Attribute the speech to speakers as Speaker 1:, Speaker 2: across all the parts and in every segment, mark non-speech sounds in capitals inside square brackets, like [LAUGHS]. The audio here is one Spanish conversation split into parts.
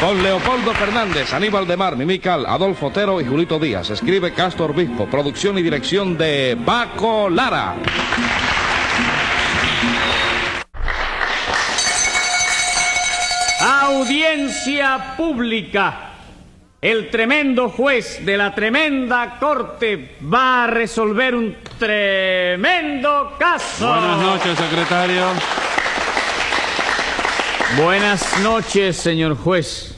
Speaker 1: Con Leopoldo Fernández, Aníbal de Mar, Mimical, Adolfo Otero y Julito Díaz. Escribe Castor Bispo. Producción y dirección de Paco Lara.
Speaker 2: Audiencia pública. El tremendo juez de la tremenda corte va a resolver un tremendo caso.
Speaker 3: Buenas noches, secretario.
Speaker 2: Buenas noches, señor juez.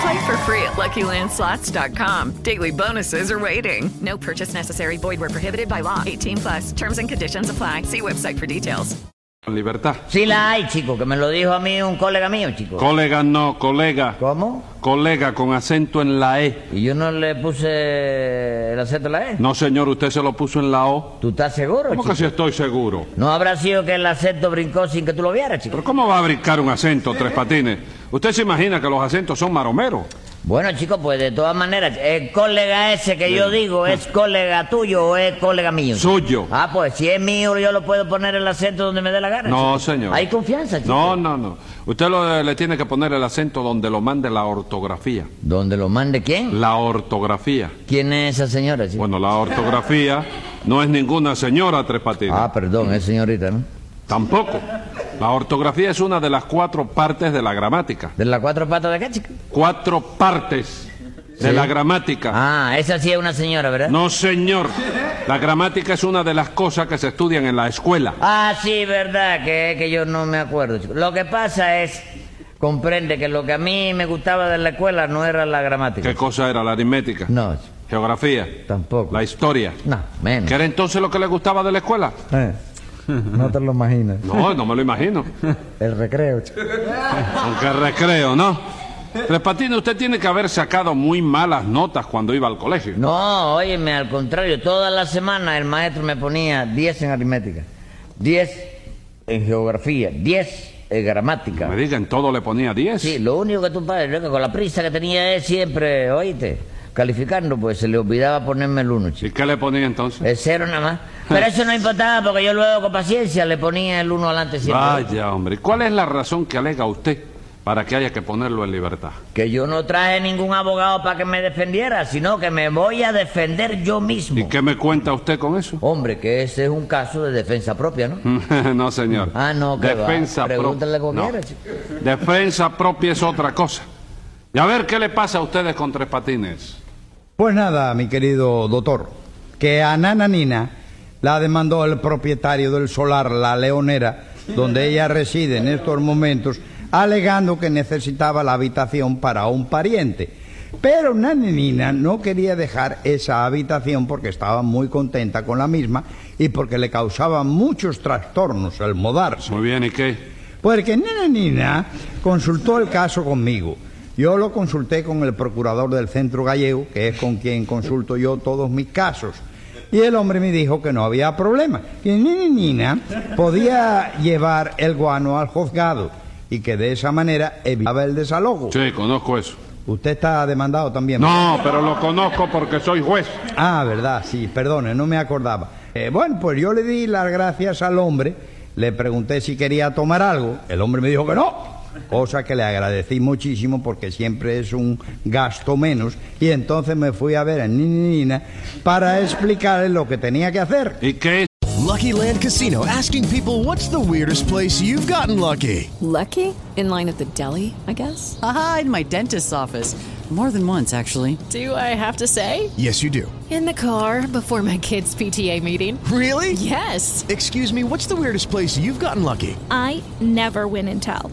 Speaker 4: Play for free at LuckyLandSlots.com. Daily bonuses are waiting. No purchase necessary. Void where prohibited by law. 18 plus. Terms and conditions apply. See website for details.
Speaker 3: Libertad.
Speaker 5: Sí la hay, chico, que me lo dijo a mí un colega mío, chico.
Speaker 3: Colega no, colega.
Speaker 5: ¿Cómo?
Speaker 3: Colega con acento en la E.
Speaker 5: ¿Y yo no le puse el acento en la E?
Speaker 3: No, señor, usted se lo puso en la O.
Speaker 5: ¿Tú estás seguro,
Speaker 3: ¿Cómo
Speaker 5: chico?
Speaker 3: que si estoy seguro?
Speaker 5: ¿No habrá sido que el acento brincó sin que tú lo vieras, chico?
Speaker 3: ¿Pero cómo va a brincar un acento, Tres Patines? ¿Usted se imagina que los acentos son maromeros?
Speaker 5: Bueno, chicos, pues de todas maneras, el colega ese que yo digo, ¿es colega tuyo o es colega mío?
Speaker 3: Suyo.
Speaker 5: Ah, pues si es mío, yo lo puedo poner el acento donde me dé la gana.
Speaker 3: No,
Speaker 5: chico.
Speaker 3: señor.
Speaker 5: Hay confianza, chico.
Speaker 3: No, no, no. Usted lo- le tiene que poner el acento donde lo mande la ortografía.
Speaker 5: ¿Donde lo mande quién?
Speaker 3: La ortografía.
Speaker 5: ¿Quién es esa señora, chico?
Speaker 3: Bueno, la ortografía no es ninguna señora, Tres Patines.
Speaker 5: Ah, perdón, es señorita, ¿no?
Speaker 3: Tampoco. La ortografía es una de las cuatro partes de la gramática.
Speaker 5: ¿De las cuatro patas de acá, chico?
Speaker 3: Cuatro partes de
Speaker 5: Sí.
Speaker 3: la gramática.
Speaker 5: Ah, esa sí es una señora, ¿verdad?
Speaker 3: No, señor. La gramática es una de las cosas que se estudian en la escuela.
Speaker 5: Ah, sí, verdad, que, que yo no me acuerdo. chico. Lo que pasa es, comprende que lo que a mí me gustaba de la escuela no era la gramática.
Speaker 3: ¿Qué cosa era la aritmética?
Speaker 5: No,
Speaker 3: Geografía.
Speaker 5: Tampoco.
Speaker 3: La historia.
Speaker 5: No, menos.
Speaker 3: ¿Qué era entonces lo que le gustaba de la escuela?
Speaker 2: Eh, No te lo imaginas.
Speaker 3: No, no me lo imagino.
Speaker 2: El recreo, chico.
Speaker 3: Aunque recreo, ¿no? Tres Patines, usted tiene que haber sacado muy malas notas cuando iba al colegio.
Speaker 5: No, óyeme, al contrario, toda la semana el maestro me ponía 10 en aritmética, 10 en geografía, 10 en gramática.
Speaker 3: Me digan, todo le ponía 10.
Speaker 5: Sí, lo único que tu padre, ¿no? que con la prisa que tenía él siempre, oíste, calificando, pues se le olvidaba ponerme el 1,
Speaker 3: ¿Y qué le ponía entonces?
Speaker 5: el 0 nada más. Pero eso no importaba porque yo luego con paciencia le ponía el 1 adelante siempre.
Speaker 3: Vaya, hombre. ¿Cuál es la razón que alega usted para que haya que ponerlo en libertad?
Speaker 5: Que yo no traje ningún abogado para que me defendiera, sino que me voy a defender yo mismo.
Speaker 3: ¿Y qué me cuenta usted con eso? [LAUGHS]
Speaker 5: Hombre, que ese es un caso de defensa propia, ¿no?
Speaker 3: no, señor.
Speaker 5: Ah, no, que va.
Speaker 3: Defensa propia.
Speaker 5: Pregúntale como
Speaker 3: No.
Speaker 5: quiera, chico.
Speaker 3: Defensa propia es otra cosa. Y a ver qué le pasa a ustedes con Tres Patines.
Speaker 2: Pues nada, mi querido doctor, que a Nana Nina la demandó el propietario del solar, la leonera, donde ella reside en estos momentos, alegando que necesitaba la habitación para un pariente. Pero Nana Nina no quería dejar esa habitación porque estaba muy contenta con la misma y porque le causaba muchos trastornos el mudarse.
Speaker 3: Muy bien, ¿y qué?
Speaker 2: Porque Nina Nina consultó el caso conmigo. Yo lo consulté con el procurador del centro gallego, que es con quien consulto yo todos mis casos. Y el hombre me dijo que no había problema, que Nina Nina podía llevar el guano al juzgado y que de esa manera evitaba el desalojo.
Speaker 3: Sí, conozco eso.
Speaker 2: Usted está demandado también.
Speaker 3: No, pero lo conozco porque soy juez.
Speaker 2: Ah, verdad, sí, perdone, no me acordaba. Eh, bueno, pues yo le di las gracias al hombre, le pregunté si quería tomar algo, el hombre me dijo que no, cosa que le agradecí muchísimo porque siempre es un gasto menos, y entonces me fui a ver a Nina para explicarle lo que tenía que hacer.
Speaker 3: ¿Y qué
Speaker 6: Lucky Land Casino asking people what's the weirdest place you've gotten lucky?
Speaker 7: Lucky? In line at the deli, I guess?
Speaker 8: Aha, in my dentist's office. More than once, actually.
Speaker 7: Do I have to say?
Speaker 6: Yes, you do.
Speaker 7: In the car before my kids' PTA meeting.
Speaker 6: Really?
Speaker 7: Yes.
Speaker 6: Excuse me, what's the weirdest place you've gotten lucky?
Speaker 9: I never win and tell.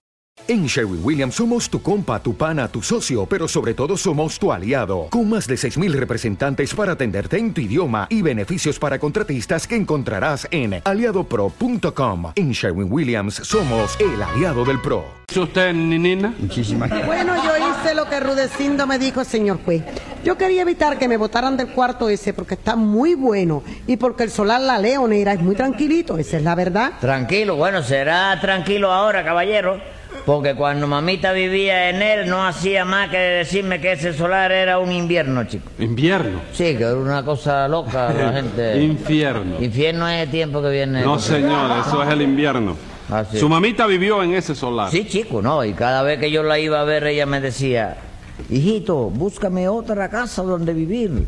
Speaker 10: En Sherwin Williams somos tu compa, tu pana, tu socio, pero sobre todo somos tu aliado, con más de 6.000 representantes para atenderte en tu idioma y beneficios para contratistas que encontrarás en aliadopro.com. En Sherwin Williams somos el aliado del PRO.
Speaker 3: ¿Es usted, Ninina?
Speaker 2: Muchísimas
Speaker 11: Bueno, yo hice lo que Rudecindo me dijo, señor juez. Yo quería evitar que me botaran del cuarto ese porque está muy bueno y porque el solar La Leonera es muy tranquilito, esa es la verdad.
Speaker 5: Tranquilo, bueno, será tranquilo ahora, caballero, Porque cuando mamita vivía en él, no hacía más que decirme que ese solar era un invierno, chico.
Speaker 3: ¿Invierno?
Speaker 5: Sí, que era una cosa
Speaker 3: [LAUGHS]
Speaker 5: loca la gente.
Speaker 3: Infierno.
Speaker 5: Infierno es el tiempo que viene.
Speaker 3: No, señor, eso es el invierno.
Speaker 5: Así
Speaker 3: Su
Speaker 5: es.
Speaker 3: mamita vivió en ese solar.
Speaker 5: Sí, chico, no. Y cada vez que yo la iba a ver, ella me decía, hijito, búscame otra casa donde vivir.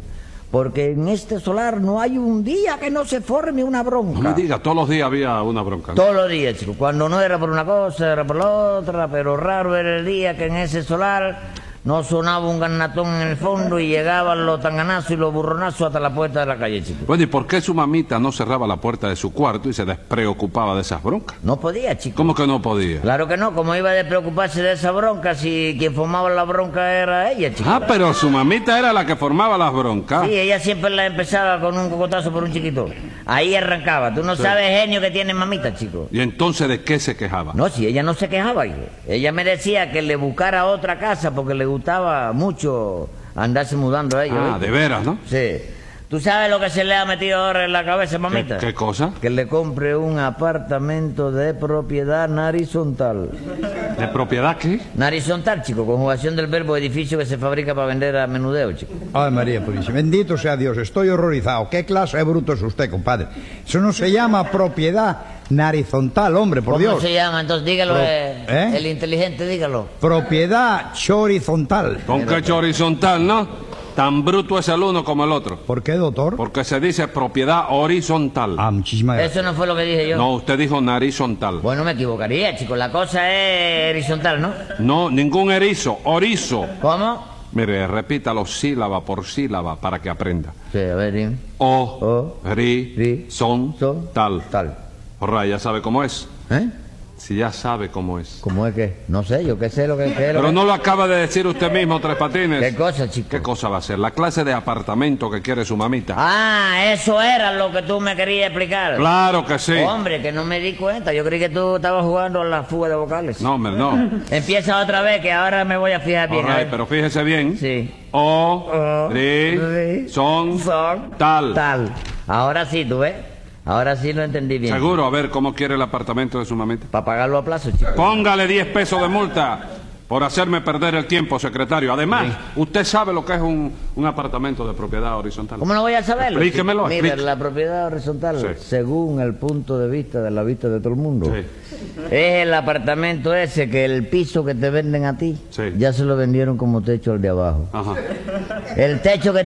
Speaker 5: Porque en este solar no hay un día que no se forme una bronca.
Speaker 3: No me diga, todos los días había una bronca.
Speaker 5: Todos los días, chico. Cuando no era por una cosa, era por la otra, pero raro era el día que en ese solar no sonaba un garnatón en el fondo y llegaban los tanganazos y los burronazos hasta la puerta de la calle, chico.
Speaker 3: Bueno, ¿y por qué su mamita no cerraba la puerta de su cuarto y se despreocupaba de esas broncas?
Speaker 5: No podía, chico.
Speaker 3: ¿Cómo que no podía?
Speaker 5: Claro que no, como iba a despreocuparse de esa bronca si quien formaba la bronca era ella, chico.
Speaker 3: Ah, pero su mamita era la que formaba las broncas.
Speaker 5: Sí, ella siempre la empezaba con un cocotazo por un chiquito. Ahí arrancaba. Tú no
Speaker 3: Sí.
Speaker 5: sabes el genio que tiene mamita, chico.
Speaker 3: ¿Y entonces de qué se quejaba?
Speaker 5: No, si ella no se quejaba, hijo. Ella me decía que le buscara otra casa porque le gustaba mucho andarse mudando a ella.
Speaker 3: Ah,
Speaker 5: ¿oíste?
Speaker 3: de veras, ¿no?
Speaker 5: Sí. ¿Tú sabes lo que se le ha metido ahora en la cabeza, mamita?
Speaker 3: ¿Qué cosa?
Speaker 5: Que le compre un apartamento de propiedad narizontal.
Speaker 3: ¿De propiedad qué?
Speaker 5: Narizontal, chico, conjugación del verbo edificio que se fabrica para vender a menudeo, chico.
Speaker 2: Ay, María Purísima, bendito sea Dios, estoy horrorizado. ¿Qué clase de bruto es usted, compadre? Eso no se llama propiedad narizontal, hombre, por
Speaker 5: ¿Cómo
Speaker 2: Dios.
Speaker 5: se llama? Entonces dígalo,
Speaker 2: Pro-
Speaker 5: eh,
Speaker 2: ¿Eh?
Speaker 5: el inteligente, dígalo.
Speaker 2: Propiedad horizontal.
Speaker 3: Con quecho horizontal, ¿no? Tan bruto es el uno como el otro.
Speaker 2: ¿Por qué, doctor?
Speaker 3: Porque se dice propiedad horizontal.
Speaker 2: Ah, muchísimas
Speaker 5: Eso no fue lo que dije yo.
Speaker 3: No, usted dijo narizontal.
Speaker 5: Bueno, me equivocaría, chico. La cosa es horizontal, ¿no?
Speaker 3: No, ningún erizo, orizo.
Speaker 5: ¿Cómo?
Speaker 3: Mire, repítalo sílaba por sílaba para que aprenda.
Speaker 5: Sí, a ver, dime. Oh.
Speaker 3: O, ri, son, tal.
Speaker 5: Tal.
Speaker 3: Horra, ya sabe cómo es.
Speaker 5: ¿Eh?
Speaker 3: Si ya sabe cómo es.
Speaker 5: ¿Cómo es que? No sé, yo qué sé lo que qué es.
Speaker 3: Pero
Speaker 5: que-
Speaker 3: no lo acaba de decir usted mismo, Tres Patines. ¿Qué
Speaker 5: cosa, chico?
Speaker 3: ¿Qué cosa va a ser? La clase de apartamento que quiere su mamita.
Speaker 5: Ah, eso era lo que tú me querías explicar.
Speaker 3: Claro que sí.
Speaker 5: Hombre, que no me di cuenta. Yo creí que tú estabas jugando a la fuga de vocales.
Speaker 3: No, hombre, no.
Speaker 5: Empieza otra vez, que ahora me voy a
Speaker 3: [LAUGHS]
Speaker 5: fijar bien.
Speaker 3: All
Speaker 5: a
Speaker 3: right,
Speaker 5: ver.
Speaker 3: pero fíjese bien.
Speaker 5: Sí. Oh,
Speaker 3: O, ri, son, tal.
Speaker 5: Tal. Ahora sí, tú ves. Ahora sí lo entendí bien.
Speaker 3: Seguro, a ver cómo quiere el apartamento de su mamita.
Speaker 5: Para pagarlo a plazo, chico.
Speaker 3: Póngale 10 pesos de multa por hacerme perder el tiempo, secretario. Además, usted sabe lo que es un, un apartamento de propiedad horizontal.
Speaker 5: ¿Cómo no voy a saberlo?
Speaker 3: Explíquemelo,
Speaker 5: Mira,
Speaker 3: explíquemelo.
Speaker 5: la propiedad horizontal,
Speaker 3: Sí.
Speaker 5: según el punto de vista de la vista de todo el mundo, es el apartamento ese que el piso que te venden a ti ya se lo vendieron como techo al de abajo. El techo que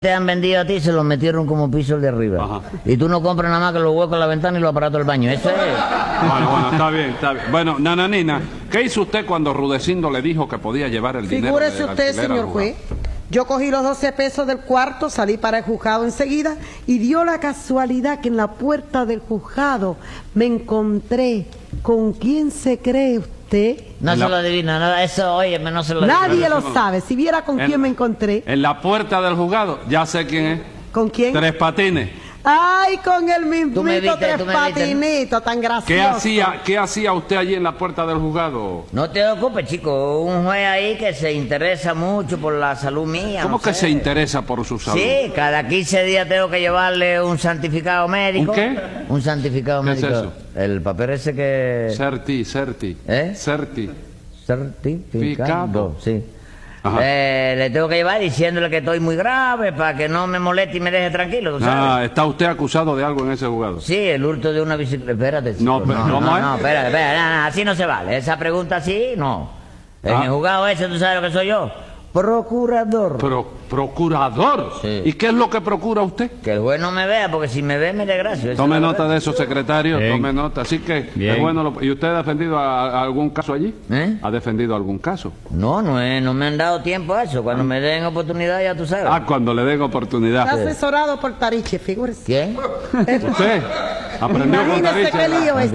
Speaker 5: te han vendido a ti se lo metieron como piso al de arriba. Y tú no compras nada más que los huecos de la ventana y los aparatos del baño. Eso es.
Speaker 3: Bueno, bueno, está bien, está bien. Bueno, Nananina, ¿qué hizo usted cuando Rudecindo le dijo que podía llevar el dinero?
Speaker 11: Figúrese
Speaker 3: del
Speaker 11: usted,
Speaker 3: alquiler al
Speaker 11: señor
Speaker 3: lugar?
Speaker 11: juez. Yo cogí los 12 pesos del cuarto, salí para el juzgado enseguida y dio la casualidad que en la puerta del juzgado me encontré con quién se cree usted.
Speaker 5: No se lo adivina, nada. eso, oye, no se lo
Speaker 11: Nadie
Speaker 5: adivina.
Speaker 3: Ah.
Speaker 11: lo sabe. Si viera con
Speaker 3: En-
Speaker 11: quién me encontré.
Speaker 3: En la puerta del juzgado, ya sé quién es.
Speaker 11: ¿Con quién?
Speaker 3: Tres Patines.
Speaker 11: Ay, con el mismito
Speaker 5: me viste,
Speaker 11: tres
Speaker 5: tú me viste, ¿no?
Speaker 11: patinito tan gracioso.
Speaker 3: ¿Qué hacía, ¿Qué hacía usted allí en la puerta del juzgado?
Speaker 5: No te ocupes, chico. Un juez ahí que se interesa mucho por la salud mía.
Speaker 3: ¿Cómo
Speaker 5: no
Speaker 3: que
Speaker 5: sé.
Speaker 3: se interesa por su salud?
Speaker 5: Sí, cada 15 días tengo que llevarle un santificado médico.
Speaker 3: ¿Un qué?
Speaker 5: Un santificado
Speaker 3: ¿Qué es
Speaker 5: médico.
Speaker 3: eso?
Speaker 5: El papel ese que...
Speaker 3: Certi, certi.
Speaker 5: ¿Eh?
Speaker 3: Certi.
Speaker 5: Certificado. Sí. Eh, le tengo que llevar diciéndole que estoy muy grave para que no me moleste y me deje tranquilo, ¿tú sabes?
Speaker 3: Ah, está usted acusado de algo en ese juzgado.
Speaker 5: Sí, el hurto de una bicicleta. Espérate. chico,
Speaker 3: No, pero
Speaker 5: no,
Speaker 3: ¿cómo
Speaker 5: no,
Speaker 3: es?
Speaker 5: no, espérate, espérate, no, no, así no se vale. Esa pregunta así, no. En
Speaker 3: Ah.
Speaker 5: el juzgado ese, ¿tú sabes lo que soy yo? Procurador.
Speaker 3: Pro- procurador. ¿Y qué es lo que procura usted?
Speaker 5: Que el juez no me vea, porque si me ve me desgracio. Esa
Speaker 3: Tome
Speaker 5: es la
Speaker 3: nota
Speaker 5: verdad.
Speaker 3: de eso, secretario,
Speaker 5: Bien.
Speaker 3: tome nota. Así que,
Speaker 5: Bien.
Speaker 3: es bueno, lo- ¿y usted ha defendido a- a algún caso allí?
Speaker 5: ¿Eh?
Speaker 3: ¿Ha defendido algún caso?
Speaker 5: No, no, es- no me han dado tiempo a eso. Cuando me den oportunidad, ya tú sabes.
Speaker 3: Ah, cuando le den oportunidad.
Speaker 11: Está asesorado por Tariche, figúrese.
Speaker 5: ¿Quién?
Speaker 3: ¿Usted? ¿Aprendió con
Speaker 11: Imagínese
Speaker 3: Tariche?
Speaker 11: qué lío es.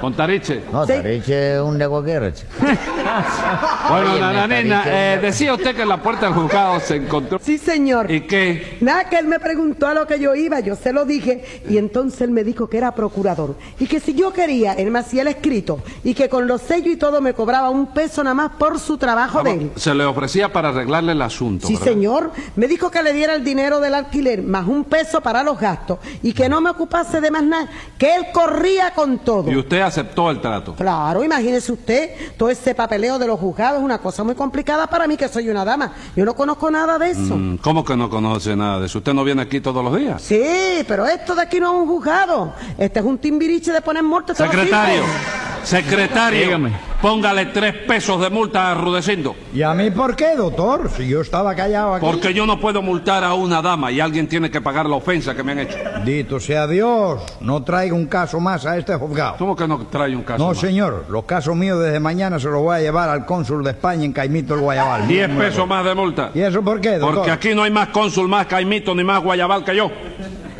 Speaker 3: ¿Con Tariche?
Speaker 5: No, Tariche es un de cualquiera, chico.
Speaker 3: Bueno,
Speaker 5: Oye,
Speaker 3: Nananina,
Speaker 5: Tariche,
Speaker 3: eh, decía usted que en la puerta del juzgado se encontró...
Speaker 11: Sí, señor.
Speaker 3: ¿Y qué?
Speaker 11: Nada, que él me preguntó a lo que yo iba, yo se lo dije, y entonces él me dijo que era procurador, y que si yo quería, él me hacía el escrito, y que con los sellos y todo me cobraba un peso nada más por su trabajo de él.
Speaker 3: Se le ofrecía para arreglarle el asunto,
Speaker 11: Sí,
Speaker 3: ¿verdad?
Speaker 11: señor, me dijo que le diera el dinero del alquiler, más un peso para los gastos, y que no me ocupase de más nada, que él corría con todo.
Speaker 3: Y usted aceptó el trato.
Speaker 11: Claro, imagínese usted, todo ese papeleo de los juzgados es una cosa muy complicada para mí que soy una dama. Yo no conozco nada de eso.
Speaker 3: Mm, ¿Cómo que no conoce nada de eso? ¿Usted no viene aquí todos los días?
Speaker 11: Sí, pero esto de aquí no es un juzgado. Este es un timbiriche de poner muerte. esto no
Speaker 3: Secretario,
Speaker 11: sirve.
Speaker 3: secretario,
Speaker 11: Dígame.
Speaker 3: póngale tres pesos de multa a Rudecindo,
Speaker 2: ¿Y a mí por qué, doctor? Si yo estaba callado aquí.
Speaker 3: porque yo no puedo multar a una dama y alguien tiene que pagar la ofensa que me han hecho.
Speaker 2: Dito sea Dios, no traiga un caso más a este juzgado.
Speaker 3: ¿Cómo que no trae un caso?
Speaker 2: No,
Speaker 3: más?
Speaker 2: señor. Los casos míos desde mañana se los voy a llevar al cónsul de España en Caimito el Guayabal.
Speaker 3: Diez
Speaker 2: Nuevo.
Speaker 3: pesos más de multa.
Speaker 2: ¿Y eso por qué, doctor?
Speaker 3: Porque aquí no hay más cónsul, más caimito, ni más guayabal que yo.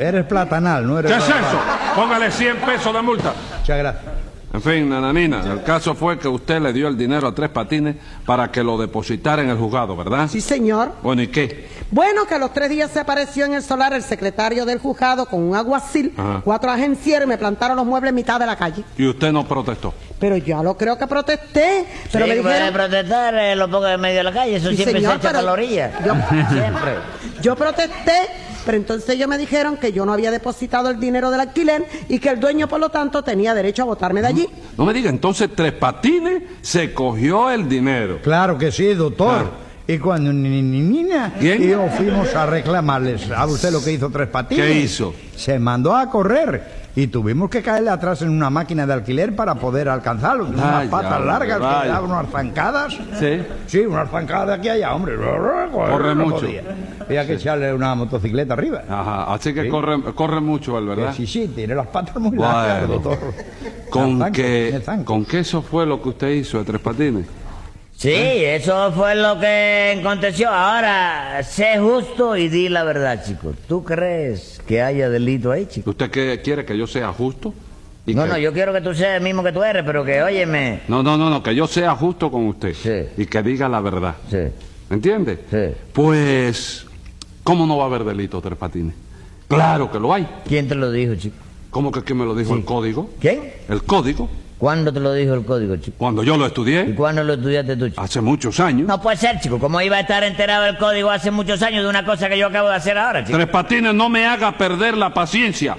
Speaker 2: Eres platanal, no eres...
Speaker 3: ¿Qué es
Speaker 2: guayabal.
Speaker 3: eso? Póngale 100 pesos de multa.
Speaker 2: Muchas gracias.
Speaker 3: En fin, nananina, el caso fue que usted le dio el dinero a Tres Patines para que lo depositara en el juzgado, ¿verdad?
Speaker 11: Sí, señor.
Speaker 3: Bueno, ¿y qué?
Speaker 11: Bueno, que a los tres días se apareció en el solar el secretario del juzgado con un aguacil,
Speaker 3: Ajá.
Speaker 11: cuatro agencieros y me plantaron los muebles en mitad de la calle.
Speaker 3: Y usted no protestó.
Speaker 11: Pero yo lo creo que protesté, pero
Speaker 5: sí,
Speaker 11: me
Speaker 5: puede
Speaker 11: dijeron...
Speaker 5: protestar eh, lo pongo en medio de la calle, eso
Speaker 11: Sí,
Speaker 5: siempre
Speaker 11: señor,
Speaker 5: se echa
Speaker 11: pero-
Speaker 5: para la orilla. [LAUGHS] siempre.
Speaker 11: Yo protesté, pero entonces ellos me dijeron que yo no había depositado el dinero del alquiler y que el dueño, por lo tanto, tenía derecho a botarme de allí.
Speaker 3: No me diga, entonces Tres Patines se cogió el dinero.
Speaker 2: Claro que sí, doctor. Y cuando ni ni- ni- niña y yo fuimos a reclamarles, ¿sabe usted lo que hizo Tres Patines?
Speaker 3: ¿Qué hizo?
Speaker 2: Se mandó a correr y tuvimos que caerle atrás en una máquina de alquiler para poder alcanzarlo. unas
Speaker 3: Vaya,
Speaker 2: patas
Speaker 3: hombre,
Speaker 2: largas que
Speaker 3: vaya.
Speaker 2: le daban unas zancadas.
Speaker 3: Sí.
Speaker 2: Sí, unas zancadas de aquí a allá, hombre.
Speaker 3: Corre
Speaker 2: No
Speaker 3: mucho.
Speaker 2: podía. Había que echarle una motocicleta arriba.
Speaker 3: Ajá, así que
Speaker 2: Sí.
Speaker 3: corre, corre mucho él, ¿verdad?
Speaker 2: Sí, sí, tiene las patas muy largas,
Speaker 3: Bueno.
Speaker 2: doctor.
Speaker 3: Con que, con que eso fue lo que usted hizo de Tres Patines.
Speaker 5: Sí, eso fue lo que aconteció. Ahora, sé justo y di la verdad, chicos. ¿Tú crees que haya delito ahí, chico?
Speaker 3: ¿Usted qué quiere que yo sea justo? ¿Y
Speaker 5: No,
Speaker 3: que-
Speaker 5: no, yo quiero que tú seas el mismo que tú eres, pero que, óyeme,
Speaker 3: No, no, no, no, que yo sea justo con usted. Y que diga la verdad. ¿Me entiende? Pues, ¿cómo no va a haber delito, Tres Patines? Claro que lo hay.
Speaker 5: ¿quién te lo dijo, chico?
Speaker 3: ¿Cómo que quién me lo dijo? ¿El código?
Speaker 5: ¿Quién?
Speaker 3: ¿El código?
Speaker 5: ¿Cuándo te lo dijo el código, chico?
Speaker 3: Cuando yo lo estudié.
Speaker 5: ¿Y cuándo lo estudiaste tú, chico?
Speaker 3: Hace muchos años.
Speaker 5: No puede ser, chico. ¿Cómo iba a estar enterado el código hace muchos años de una cosa que yo acabo de hacer ahora, chico?
Speaker 3: Tres Patines, no me haga perder la paciencia.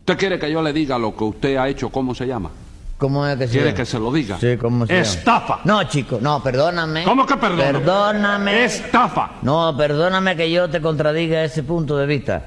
Speaker 3: ¿Usted quiere que yo le diga lo que usted ha hecho? ¿Cómo se llama?
Speaker 5: ¿Cómo es que se
Speaker 3: ¿Quiere
Speaker 5: llama?
Speaker 3: que se lo diga?
Speaker 5: Sí, ¿cómo se llama?
Speaker 3: Estafa.
Speaker 5: No, chico, no, perdóname.
Speaker 3: ¿Cómo que perdona?
Speaker 5: ¿Eh? Perdóname.
Speaker 3: Estafa.
Speaker 5: No, perdóname que yo te contradiga ese punto de vista.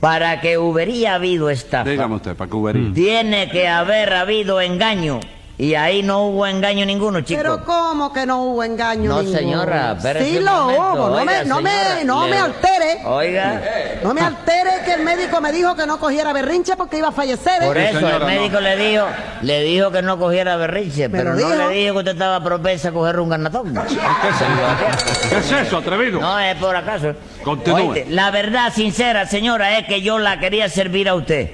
Speaker 5: Para que hubiera habido estafa,
Speaker 3: Dígame usted, para que hubiera.
Speaker 5: tiene que haber habido engaño. Y ahí no hubo engaño ninguno, chico.
Speaker 11: Pero ¿cómo que no hubo engaño?
Speaker 5: No,
Speaker 11: ninguno?
Speaker 5: señora, espérese
Speaker 11: Sí
Speaker 5: un
Speaker 11: lo
Speaker 5: momento.
Speaker 11: hubo, no,
Speaker 5: Oiga,
Speaker 11: me, no,
Speaker 5: señora,
Speaker 11: me, no
Speaker 5: le-
Speaker 11: me altere.
Speaker 5: Oiga.
Speaker 11: No me altere que el médico me dijo que no cogiera berrinche porque iba a fallecer. ¿eh?
Speaker 5: Por eso el médico le dijo, le dijo que no cogiera berrinche,
Speaker 11: Me
Speaker 5: pero
Speaker 11: lo
Speaker 5: no
Speaker 11: dijo.
Speaker 5: le dijo que usted estaba propensa a coger un ganatón.
Speaker 3: ¿Qué es eso, atrevido?
Speaker 5: No, es por acaso.
Speaker 3: Continúe.
Speaker 5: Oíste, la verdad sincera, señora, es que yo la quería servir a usted.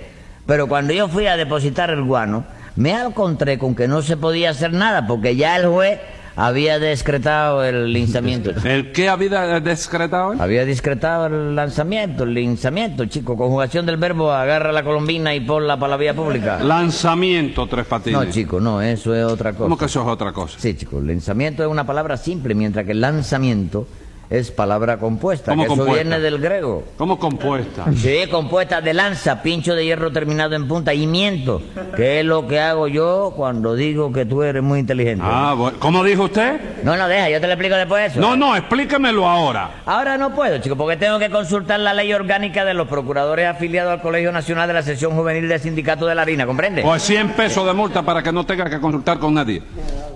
Speaker 5: Pero cuando yo fui a depositar el guano, me encontré con que no se podía hacer nada porque ya el juez había decretado el linzamiento.
Speaker 3: [LAUGHS] ¿El qué había discretado?
Speaker 5: Había discretado el lanzamiento, el linzamiento, chico. Conjugación del verbo agarra la colombina y ponla para la vía pública.
Speaker 3: Lanzamiento, Tres Patines.
Speaker 5: No, chico, no, eso es otra cosa.
Speaker 3: ¿Cómo que eso es otra cosa?
Speaker 5: Sí, chico, lanzamiento es una palabra simple, mientras que el lanzamiento es palabra compuesta.
Speaker 3: ¿Cómo
Speaker 5: que Eso
Speaker 3: compuesta?
Speaker 5: viene del grego.
Speaker 3: ¿Cómo compuesta?
Speaker 5: Sí, compuesta de lanza, pincho de hierro terminado en punta y miento, que es lo que hago yo cuando digo que tú eres muy inteligente.
Speaker 3: Ah, bueno. ¿Cómo dijo usted?
Speaker 5: No, no, deja, yo te lo explico después eso.
Speaker 3: No, no, explícamelo ahora.
Speaker 5: Ahora no puedo, chico, porque tengo que consultar la ley orgánica de los procuradores afiliados al Colegio Nacional de la Sección Juvenil del Sindicato de la Harina, ¿comprende?
Speaker 3: O 100 Pues pesos de multa para que no tenga que consultar con nadie.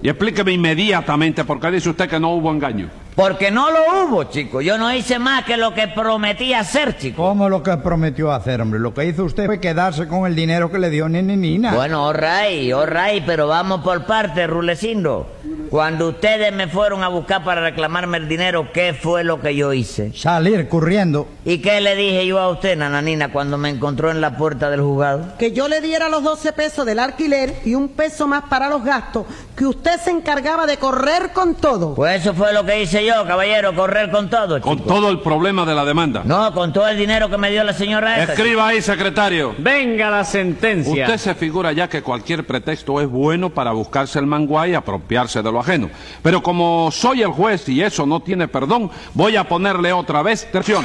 Speaker 3: Y explíqueme inmediatamente por qué dice usted que no hubo engaño.
Speaker 5: Porque no lo hubo, chico. Yo no hice más que lo que prometí hacer, chico.
Speaker 2: ¿Cómo lo que prometió hacer, hombre? Lo que hizo usted fue quedarse con el dinero que le dio Nenenina.
Speaker 5: Bueno, orray, orray, pero vamos por partes, Rulecindo. Cuando ustedes me fueron a buscar para reclamarme el dinero, ¿qué fue lo que yo hice?
Speaker 2: Salir corriendo.
Speaker 5: ¿Y qué le dije yo a usted, nananina, cuando me encontró en la puerta del juzgado?
Speaker 11: Que yo le diera los 12 pesos del alquiler y un peso más para los gastos, que usted se encargaba de correr con todo.
Speaker 5: Pues eso fue lo que hice yo, caballero, correr con todo.
Speaker 3: Con todo el problema de la demanda.
Speaker 5: No, con todo el dinero que me dio la señora esa.
Speaker 3: Escriba ahí, secretario.
Speaker 12: Venga la sentencia.
Speaker 3: Usted se figura ya que cualquier pretexto es bueno para buscarse el manguá y apropiarse de lo ajeno. Pero como soy el juez y eso no tiene perdón, voy a ponerle otra vez tensión.